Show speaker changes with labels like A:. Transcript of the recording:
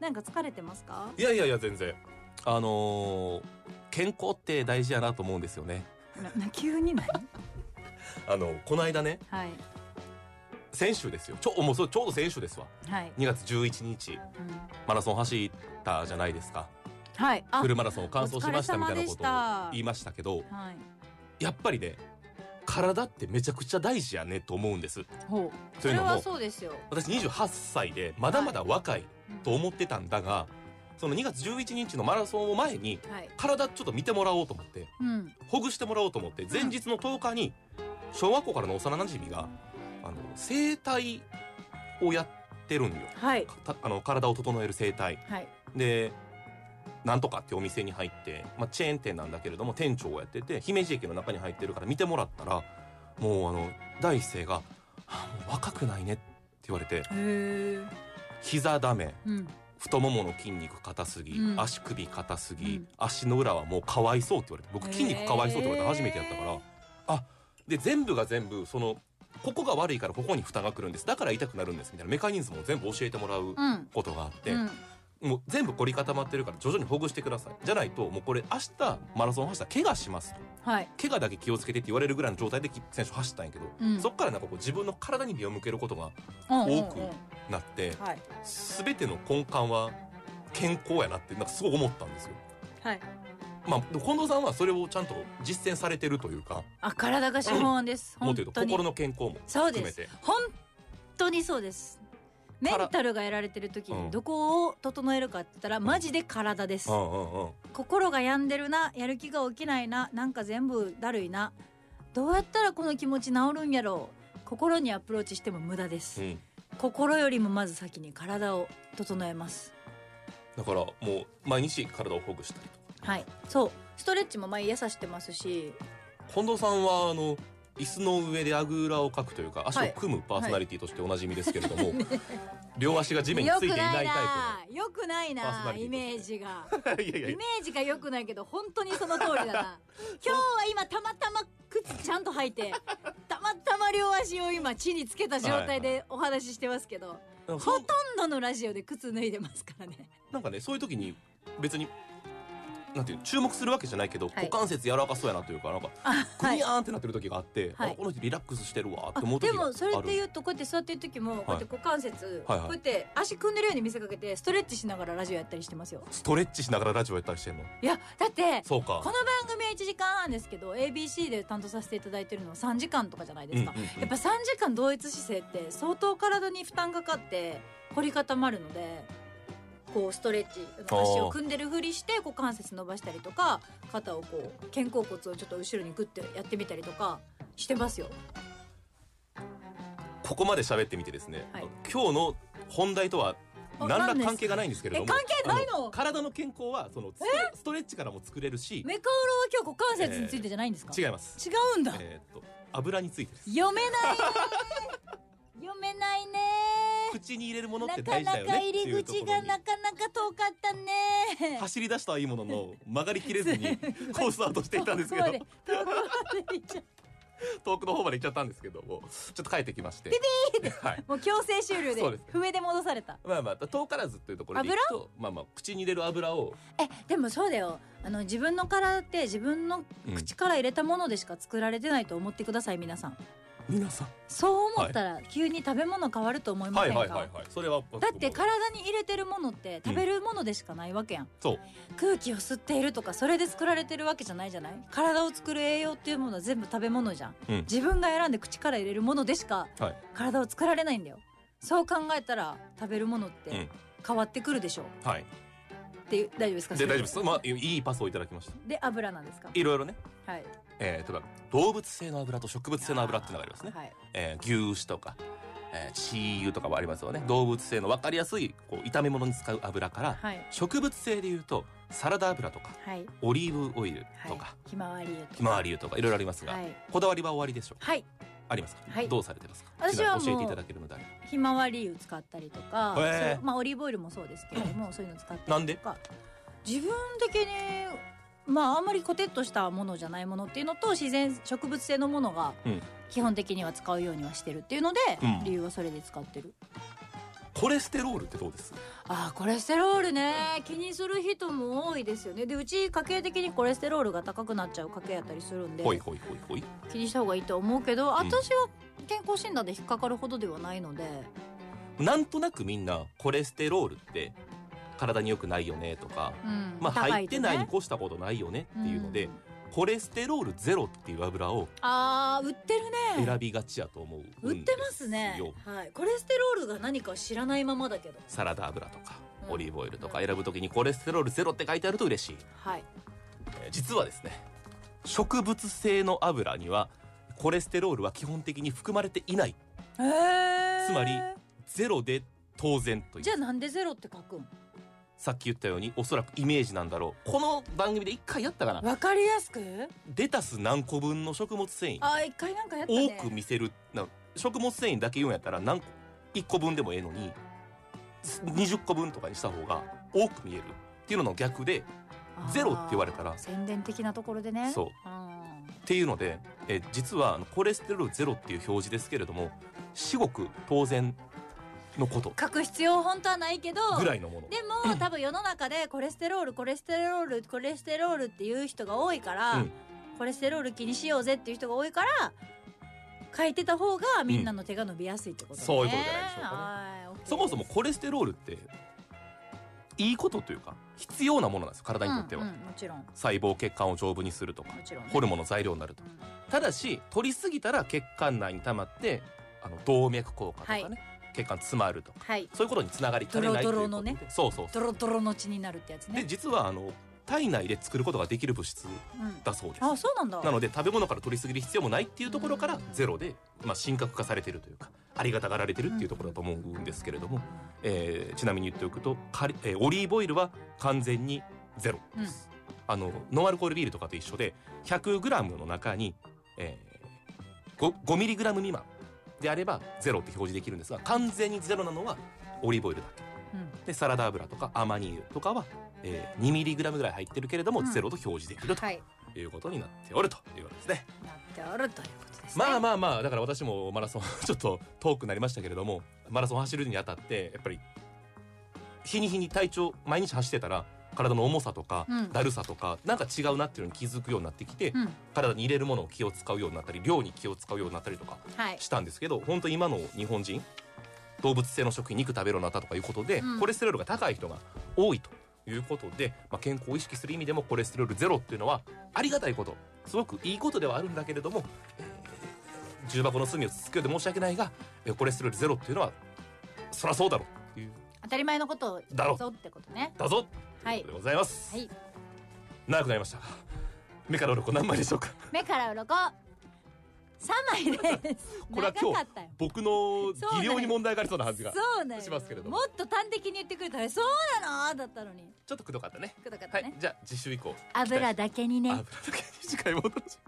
A: なんか疲れてますか
B: いやいやいや全然あのー健康って大事やなと思うんですよね
A: な な急に何
B: あのこの間ね
A: はい
B: 先週ですよちょもうそうちょうど先週ですわ
A: はい、
B: 2月11日
A: うん
B: マラソン走ったじゃないですか
A: はいあ
B: フルマラソンを完走しました
A: お
B: み
A: 疲
B: た
A: れ様
B: いな
A: で
B: こ
A: し
B: と
A: た
B: を言いましたけど
A: はい
B: やっぱりね体ってめちゃくちゃ大事やねと思うんです
A: ほう
B: と
A: そ
B: い
A: れ
B: うのも
A: はそうですよ
B: 私28歳でまだまだ若いと思ってたんだがその2月11日のマラソンを前に
A: はい
B: 体ちょっと見てもらおうと思って
A: うん
B: ほぐしてもらおうと思って前日の10日に小学校からの幼なじみがあの整体をやってるんよ
A: はい
B: かたあの体を整える整体
A: はい
B: でなんとかってお店に入って、まあ、チェーン店なんだけれども店長をやってて姫路駅の中に入ってるから見てもらったらもうあの第一声が「あもう若くないね」って言われて
A: へえ
B: 膝ダメ
A: うん
B: 太ももの筋肉硬すぎ、
A: うん
B: 足首硬す
A: う
B: ぎ、
A: ん
B: 足の裏はもうかわいそうって言われて僕筋肉かわいそうって言われた初めてやったから、
A: へー
B: あで全部が全部そのここが悪いからここに負担が来るんですだから痛くなるんですみたいなメカニズムを全部教えてもらう
A: うん
B: ことがあって、
A: うん
B: もう全部凝り固まってるから徐々にほぐしてくださいじゃないともうこれ明日マラソン走ったら怪我しますと
A: はい
B: 怪我だけ気をつけてって言われるぐらいの状態で選手走ったんやけど、
A: うん
B: そっからなんかこう自分の体に目を向けることが
A: うんうんうん
B: 多くなって
A: はい
B: 全ての根幹は健康やなってなんかすごい思ったんですよ。
A: はい
B: まあ、でも近藤さんはそれをちゃんと実践されてるというか
A: あ体が資本です、
B: も
A: 本
B: っと言うと
A: 当に
B: 心の健康も
A: そうで
B: 含め
A: す
B: て
A: 本当にそうですメ
B: から
A: ンタルがやられてる時
B: うん
A: にどこを整えるかって言ったらマジで体です、
B: うんうんうん
A: 心が病んでるなやる気が起きないななんか全部だるいなどうやったらこの気持ち治るんやろう心にアプローチしても無駄で
B: う
A: す、
B: ん
A: 心よりもまず先に体を整えます
B: だからもう毎日体をほぐしたりと
A: はいそうストレッチも毎朝してますし
B: 近藤さんはあの椅子の上であぐらをかくというか足を組むパーソナリティとしておなじみですけれども、両足が地面に
A: よ
B: つ
A: く
B: いてい な
A: ない
B: い
A: な
B: タ
A: よくない
B: パーソナ
A: な
B: リティ
A: イメージが
B: イプの いやいや
A: イメージが良くないけど本当にその通りだな 今日は今たまたま靴ちゃんと履いてたまたま両足を今地につけた状態でお話ししてますけど、
B: なんかそ
A: ほ
B: う
A: とんどのラジオで靴脱いでますからね
B: なんかねそういう時に別になんていうの注目するわけじゃないけど、
A: はい
B: 股関節柔らかそうやなというかなんか
A: あ
B: ク
A: はい
B: ニャーンってなってる時があって、
A: はい
B: あこの人リラックスしてるわって
A: あ
B: 思う時
A: で
B: がある
A: もそれって言うとこうやって座ってる時もこうやって股関節、
B: はいは
A: こ
B: い
A: うやって足組んでるように見せかけてストレッチしながらラジオやったりしてますよ
B: ストレッチしながらラジオやったりしてんの
A: いやだって
B: そうか
A: この番組は1時間半ですけど ABC で担当させていただいてるのは3時間とかじゃないですか、
B: うんうんうん
A: やっぱ3時間同一姿勢って相当体に負担かかって凝り固まるのでこうストレッチ足を組んでるふりして股関節伸ばしたりとか肩をこう肩甲骨をちょっと後ろにグッてやってみたりとかしてますよ。
B: ここまで喋ってみてですね、
A: はい
B: 今日の本題とは
A: あ
B: 何ら
A: 何です
B: 関係がないんですけれども
A: え関係ないの
B: あ体の健康はそのストレストレッチからも作れるし
A: メカオロは今日股関節についてじゃないんですか、
B: 違います
A: 違うんだ、
B: えーっと油についてです
A: 読めな いね読めないね
B: 口に入れるものっ
A: な
B: て大
A: か
B: 事だ
A: な
B: よ
A: か
B: ね
A: 入
B: ってい
A: り
B: うとこ
A: 口
B: ろ
A: が
B: に
A: なかなか遠かったね
B: 走り出したはいいもの の曲がりきれずにコースターとしていたんですけど
A: 遠くまで遠くまで行っちゃっ
B: 遠くの方まで行っちゃったんですけどもちょっと帰ってきましては
A: た
B: い
A: もう強制終了で
B: そうです
A: 笛で戻された
B: まあまあ遠からずっていうところでいくとまあまあ口に入れる油を、
A: えでもそうだよあの自分の体って自分の
B: うん
A: 口から入れたものでしか作られてないと思ってください皆さん
B: 皆さん
A: そう思ったら急に食べ物変わると思いま
B: は
A: せ
B: い
A: ん
B: はいはいは
A: か
B: いそれは
A: だって体に入れてるものって食べるものでしかないわけやん、
B: そう
A: 空気を吸っているとかそれで作られてるわけじゃないじゃない体を作る栄養っていうものは全部食べ物じゃん、
B: うん
A: 自分が選んで口から入れるものでしか
B: はい
A: 体を作られないんだよそう考えたら食べるものっ
B: う
A: て
B: ん
A: 変わってくるでしょう、
B: はい
A: って大丈夫ですか
B: で大丈夫ですまあいいパスをいただきました
A: で油なんですか
B: いろいろね
A: はい
B: えー、例えば動物性の油と植物性の油っていうのがありますね、
A: はい
B: えー、牛脂とか、えー、チー油とかもありますよね動物性の分かりやすいこう炒め物に使う油から、
A: はい
B: 植物性でいうとサラダ油とか
A: はい
B: オリーブオイル
A: はい
B: とか、
A: ひまわり油とか
B: ひまわり油とかいろいろありますが、
A: はい
B: こだわりは終わりでしょう
A: はい
B: ありますか、
A: はい
B: どうされてますか
A: 私はもう
B: 教えていただけるのであれば
A: ひまわり油使ったりとか、
B: へえ
A: そうまあオリーブオイルもそうですけれども、そういうの使った
B: なん
A: り
B: で
A: とか自分的にまああんまりコテッとしたものじゃないものっていうのと自然植物性のものが
B: うん
A: 基本的には使うようにはしてるっていうので、
B: うん
A: 理由はそれで使ってる
B: コレステロールってどうです
A: あーコレステロールね気にする人も多いですよねでうち家計的にコレステロールが高くなっちゃう家計やったりするんで
B: ほいほいほいほい
A: 気にした方がいいと思うけど
B: ん
A: 私は健康診断で引っかかるほどではないので、
B: なんとなくみんなコレステロールって体に良くないよねとか、
A: うん
B: まあ、
A: 高
B: 入っ
A: と
B: て
A: ね
B: ないに越したことないよねっていうので、
A: ん
B: コレステロールゼロっていう油を
A: あー売ってるね
B: 選びがちやと思う、
A: 売ってますね
B: うんですよ、
A: はい、コレステロールが何か知らないままだけど
B: サラダ油とか
A: うん
B: オリーブオイルとか選ぶときにコレステロールゼロって書いてあると嬉しい、
A: はい
B: えー実はですね植物性の油にはコレステロールは基本的に含まれていない
A: へえ
B: つまりゼロで当然という
A: じゃあなんでゼロって書くん
B: さっき言ったようにおそらくイメージなんだろうこの番組で一回やったかな
A: わかりやすく
B: レタス何個分の食物繊維
A: あー一回なんかやった
B: 多
A: ね
B: く見せるな食物繊維だけ言うんやったら何個1個分でもええのにす20個分とかにした方が多く見えるっていうのの逆でゼロって言われたら
A: あー宣伝的なところでね
B: そう
A: うん
B: っていうのでえ実はあのコレステロールゼロっていう表示ですけれども至極当然のこと
A: 書く必要本当はないけど
B: ぐらいのもの。
A: でも多分世の中でコレステロールコレステロールコレステロールっていう人が多いから、
B: うん
A: コレステロール気にしようぜっていう人が多いから書いてた方がみんなの手が伸びやすいってことね、
B: そういうことじゃないでしょうかね
A: はい OK です
B: そもそもコレステロールっていいことというか必要なものなんですよ体にとっては、
A: うんうんもちろんも
B: 細胞血管を丈夫にするとか
A: ちろんね、
B: ホルモンの材料になると
A: うん
B: ただし取りすぎたら血管内に溜まってあの動脈硬化とかね、
A: は
B: 血管詰まるとか
A: はい
B: そういうことにつながりかねないということで
A: ドロドロのね
B: そうそうそ
A: ドロドロの血になるってやつ
B: うで
A: ね、
B: 実はあの体内で作ることができる物質
A: うん、
B: だそうです
A: あそうなんだ
B: なので食べ物から取りすぎる必要もないっていうところから
A: うん
B: ゼロで、まあ、神格化されてるというかありがたがられてるっていうところだと思うんですけれども、えーちなみに言っておくとカリ、えーオリーブオイルは完全にゼロです、あのノンアルコールビールとかと一緒で 100g の中に、えー、5mg 未満であればゼロって表示できるんですが完全にゼロなのはオリーブオイルだけ
A: うん
B: でサラダ油とかアマニ油とかは、えー、2mg ぐらい入ってるけれども、
A: うん
B: ゼロと表示できると
A: はい
B: いうことになっておるということですね。
A: なっておるということですね
B: まあまあまあだから私もマラソン ちょっと遠くなりましたけれどもマラソン走るにあたってやっぱり日に日に体調毎日走ってたら体の重さとか
A: うん
B: だるさとかなんか違うなっていうのに気づくようになってきて
A: うん
B: 体に入れるものを気を使うようになったり量に気を使うようになったりとか
A: はい
B: したんですけど本当今の日本人動物性の食品肉食べるようになったとかいうことで
A: うん
B: コレステロールが高い人が多いということで、まあ、健康を意識する意味でもコレステロールゼロっていうのはありがたいことすごくいいことではあるんだけれども、えー重箱の隅をつつくようで申し訳ないがえーコレステロールゼロっていうのはそらそうだろうっていう
A: 当たり前のことを
B: だろ
A: ぞってことね
B: だぞと
A: はいいう
B: ことでございます、
A: はい
B: 長くなりました目から鱗何枚でしょ うか
A: 目から鱗三枚です。
B: これは今日
A: 長かったよ
B: 僕の技量に問題がありそうなはずが
A: そうなんよ
B: しますけれども
A: もっと端的に言ってくれたらそうなのだったのに。
B: ちょっとくどかったね
A: くどかった
B: はい、
A: ね。
B: じゃあ次週以降
A: 油だけにね。
B: 油だけに次回もお楽しみに